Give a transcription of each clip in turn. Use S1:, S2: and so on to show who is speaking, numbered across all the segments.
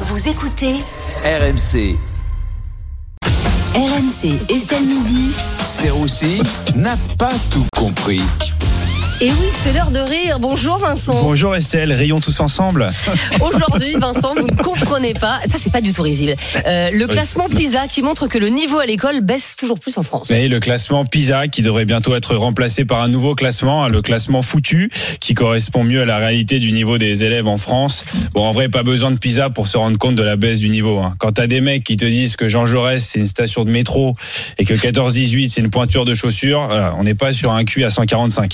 S1: Vous écoutez
S2: RMC.
S1: RMC Estelle Midi.
S2: Serroussi n'a pas tout compris.
S3: Et oui, c'est l'heure de rire. Bonjour Vincent.
S4: Bonjour Estelle, rayons tous ensemble.
S3: Aujourd'hui, Vincent, vous ne comprenez pas. Ça, c'est pas du tout risible. Euh, le classement PISA qui montre que le niveau à l'école baisse toujours plus en France.
S4: Et le classement PISA qui devrait bientôt être remplacé par un nouveau classement, hein, le classement foutu, qui correspond mieux à la réalité du niveau des élèves en France. Bon, en vrai, pas besoin de PISA pour se rendre compte de la baisse du niveau. Hein. Quand t'as des mecs qui te disent que Jean Jaurès c'est une station de métro et que 14-18 c'est une pointure de chaussure, voilà, on n'est pas sur un cul à 145.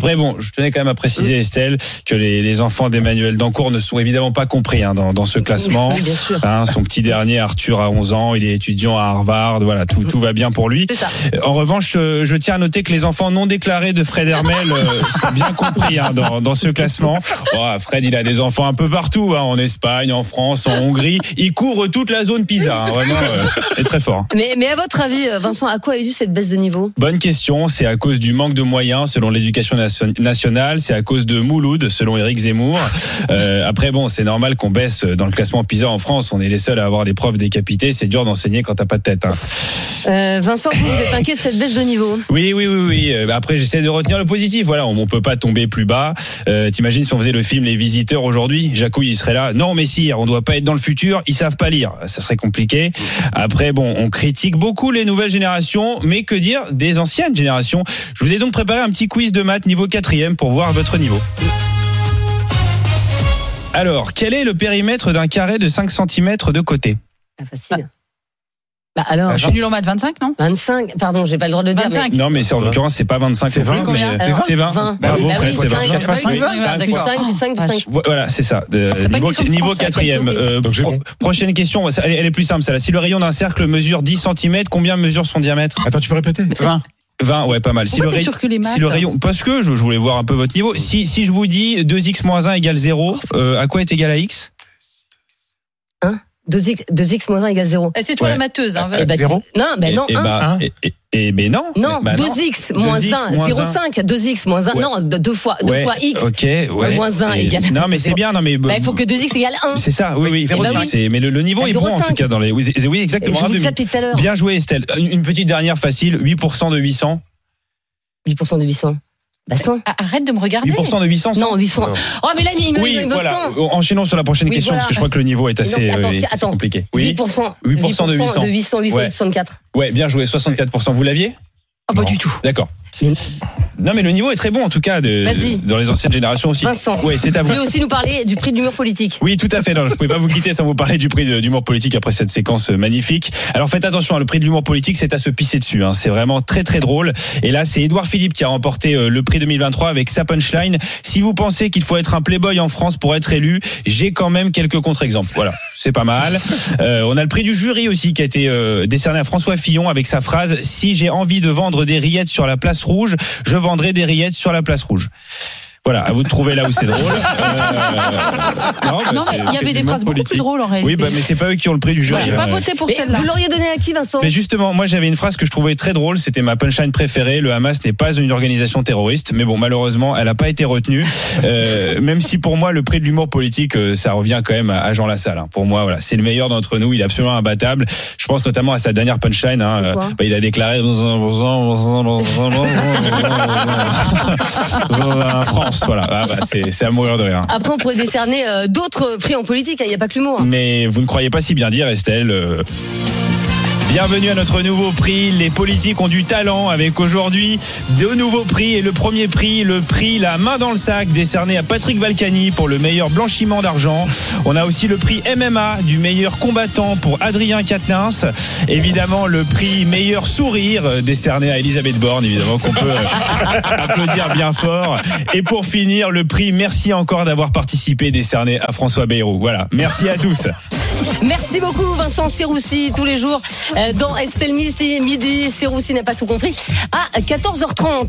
S4: Après, bon, je tenais quand même à préciser Estelle que les, les enfants d'Emmanuel Dancourt ne sont évidemment pas compris hein, dans, dans ce classement.
S3: Oui, bien sûr.
S4: Hein, son petit dernier, Arthur, a 11 ans, il est étudiant à Harvard, voilà, tout, tout va bien pour lui.
S3: C'est ça.
S4: En revanche, euh, je tiens à noter que les enfants non déclarés de Fred Hermel euh, sont bien compris hein, dans, dans ce classement. Oh, Fred, il a des enfants un peu partout, hein, en Espagne, en France, en Hongrie. Il court toute la zone PISA, hein, vraiment, euh, c'est très fort.
S3: Mais, mais à votre avis, euh, Vincent, à quoi est due cette baisse de niveau
S4: Bonne question, c'est à cause du manque de moyens selon l'éducation nation- nationale, c'est à cause de Mouloud selon Éric Zemmour. Euh, après bon, c'est normal qu'on baisse dans le classement PISA en France, on est les seuls à avoir des profs décapités, c'est dur d'enseigner quand t'as pas de tête. hein.
S3: Euh, Vincent, vous, vous êtes inquiet de cette baisse de niveau
S4: Oui, oui, oui, oui. Euh, Après, j'essaie de retenir le positif. Voilà, on ne peut pas tomber plus bas. Euh, T'imagines si on faisait le film Les Visiteurs aujourd'hui Jacouille, il serait là. Non, mais sire, on doit pas être dans le futur. Ils savent pas lire. Ça serait compliqué. Après, bon, on critique beaucoup les nouvelles générations, mais que dire des anciennes générations Je vous ai donc préparé un petit quiz de maths niveau quatrième pour voir votre niveau. Alors, quel est le périmètre d'un carré de 5 cm de côté
S3: Ah, Facile. Bah alors,
S4: Ah,
S5: Je suis nul en maths 25, non
S3: 25, pardon, j'ai pas le droit de le dire.
S5: 25.
S4: Non, Ah, mais c'est en l'occurrence, c'est pas 25.
S6: C'est
S4: non plus,
S6: 20,
S5: combien
S4: mais-
S3: Alors,
S4: C'est 20.
S3: 20.
S4: Bravo,
S3: Bah oui,
S4: Fred, c'est Ah, 20.
S3: 25.
S4: 85.
S3: mais plus 5, plus 5, plus 5.
S4: Vo- Voilà, c'est ça.
S3: Ah,
S4: De-
S5: t'as pas
S4: niveau
S5: de question de
S4: niveau
S5: français,
S4: quatrième.
S5: quel
S4: Euh,
S6: Donc j'ai
S4: pro-
S6: bon.
S4: Prochaine question, ça- elle, est- elle est plus simple. celle-là. Si le rayon d'un cercle mesure 10 cm, combien mesure son diamètre
S6: Attends, tu peux répéter
S4: 20. 20, ouais, pas mal. Si le,
S5: Pourquoi
S4: ray-
S5: t'es sûr que les maths
S4: si le rayon. Parce que je, je voulais voir un peu votre niveau. Si, si je vous dis 2x-1 égale 0, euh, à quoi est égal à x
S3: 2x, 2x moins 1 égale 0.
S5: Eh, C'est toi
S4: Ouais.
S5: la matheuse, hein, vas-y.
S3: Eh ben,
S6: Zéro
S3: Non, ben non,
S4: Ah,
S3: 1.
S4: bah, Eh- eh ben,
S6: Un.
S4: eh- eh- eh ben non.
S3: Non,
S4: Bah
S3: 2x moins 1,
S4: 2x moins
S3: 0,5, 2x moins 1,
S4: Ouais.
S3: non, 2 fois, deux
S4: Ouais,
S3: fois x.
S4: Ok, ouais.
S3: moins un
S4: C'est-
S3: égale
S4: Non, mais c'est
S3: zéro.
S4: bien, non, mais.
S3: Bah, il faut que 2x égale 1.
S4: C'est ça, oui, oui.
S3: Eh ben
S4: 0,5,
S3: oui.
S4: c'est- Mais le, le niveau
S3: Ah,
S4: est bon, en
S3: 0,5.
S4: tout cas, dans les. Oui, c'est- oui,
S3: Je
S4: exactement. un
S3: vous dis
S4: demi.
S3: ça depuis tout à l'heure.
S4: Bien joué, Estelle. Une une petite dernière facile 8% de 800.
S3: 8% de 800. Bah 100.
S5: Ah, Arrête de me regarder.
S4: 8% de 800
S3: Non, 800.
S6: Non.
S3: Oh, mais là, il me,
S4: Oui,
S3: il me
S4: voilà.
S3: tend.
S4: Enchaînons sur la prochaine
S3: Oui,
S4: question,
S3: voilà.
S4: parce que je crois que le niveau est assez,
S3: attends,
S4: euh, est assez
S3: attends.
S4: compliqué. Oui,
S3: 8%,
S4: 8% de 800.
S3: 800, 8 fois
S4: Ouais.
S3: 64.
S4: ouais, bien joué, 64%. Vous l'aviez
S3: Oh,
S5: Ah, pas du tout.
S4: D'accord.
S3: Mais-
S4: Non, mais le niveau est très bon, en tout cas, de,
S3: Vas-y.
S4: dans les anciennes générations aussi.
S3: Vincent.
S4: Oui, c'est à
S3: Vous
S4: vous.
S3: voulez aussi nous parler du prix de l'humeur politique
S4: Oui, tout à fait. Non, je ne pouvais pas vous quitter sans vous parler du prix de- d'humour politique après cette séquence euh, magnifique. Alors faites attention, hein, le prix de l'humour politique, c'est à se pisser dessus. hein. C'est vraiment très très drôle. Et là, c'est Édouard Philippe qui a remporté euh, le prix 2023 avec sa punchline. Si vous pensez qu'il faut être un playboy en France pour être élu, j'ai quand même quelques contre-exemples. Voilà, c'est pas mal. Euh, on a le prix du jury aussi qui a été euh, décerné à François Fillon avec sa phrase Si j'ai envie de vendre des rillettes sur la place rouge, je vendrai des rillettes sur la place rouge. Voilà, à vous de trouver là où c'est drôle. Euh, bah,
S5: Non, mais
S4: c'est-
S5: il y
S4: c'est
S5: avait des
S4: l'humour
S5: phrases beaucoup
S4: politique.
S5: plus drôles en réalité.
S4: Oui, bah, mais c'est pas eux qui ont le prix du
S5: Moi,
S4: jury.
S5: j'ai pas
S4: Euh,
S5: voté pour
S3: Mais
S5: celle-là.
S3: Vous l'auriez donné à qui, Vincent
S4: mais justement, moi j'avais une phrase que je trouvais très drôle, c'était ma punchline préférée, le Hamas n'est pas une organisation terroriste, mais bon malheureusement elle n'a pas été retenue, Euh, même si pour moi le prix de l'humour politique euh, ça revient quand même à- à Jean Lassalle. hein. Pour moi voilà, c'est le meilleur d'entre nous, il est absolument imbattable. Je pense notamment à sa dernière punchline, hein,
S3: C'est quoi
S4: bah, il a déclaré France, voilà, Ah, bah, c'est c'est à mourir de rire.
S3: Après, on pourrait décerner euh, d'autres prix en politique, hein, il n'y a pas que l'humour.
S4: Mais vous ne croyez pas si bien dire, Estelle. euh. Bienvenue à notre nouveau prix. Les politiques ont du talent avec aujourd'hui deux nouveaux prix. Et le premier prix, le prix La main dans le sac, décerné à Patrick Balkany pour le meilleur blanchiment d'argent. On a aussi le prix MMA du meilleur combattant pour Adrien Quatennens. Évidemment, le prix meilleur sourire, euh, décerné à Elisabeth Borne, évidemment, qu'on peut euh, applaudir bien fort. Et pour finir, le prix Merci encore d'avoir participé, décerné à François Bayrou. Voilà. Merci à tous.
S3: Merci beaucoup Vincent Serroussi tous les jours euh, dans Estelle Midi, Midi Serroussi n'a pas tout compris à 14h30.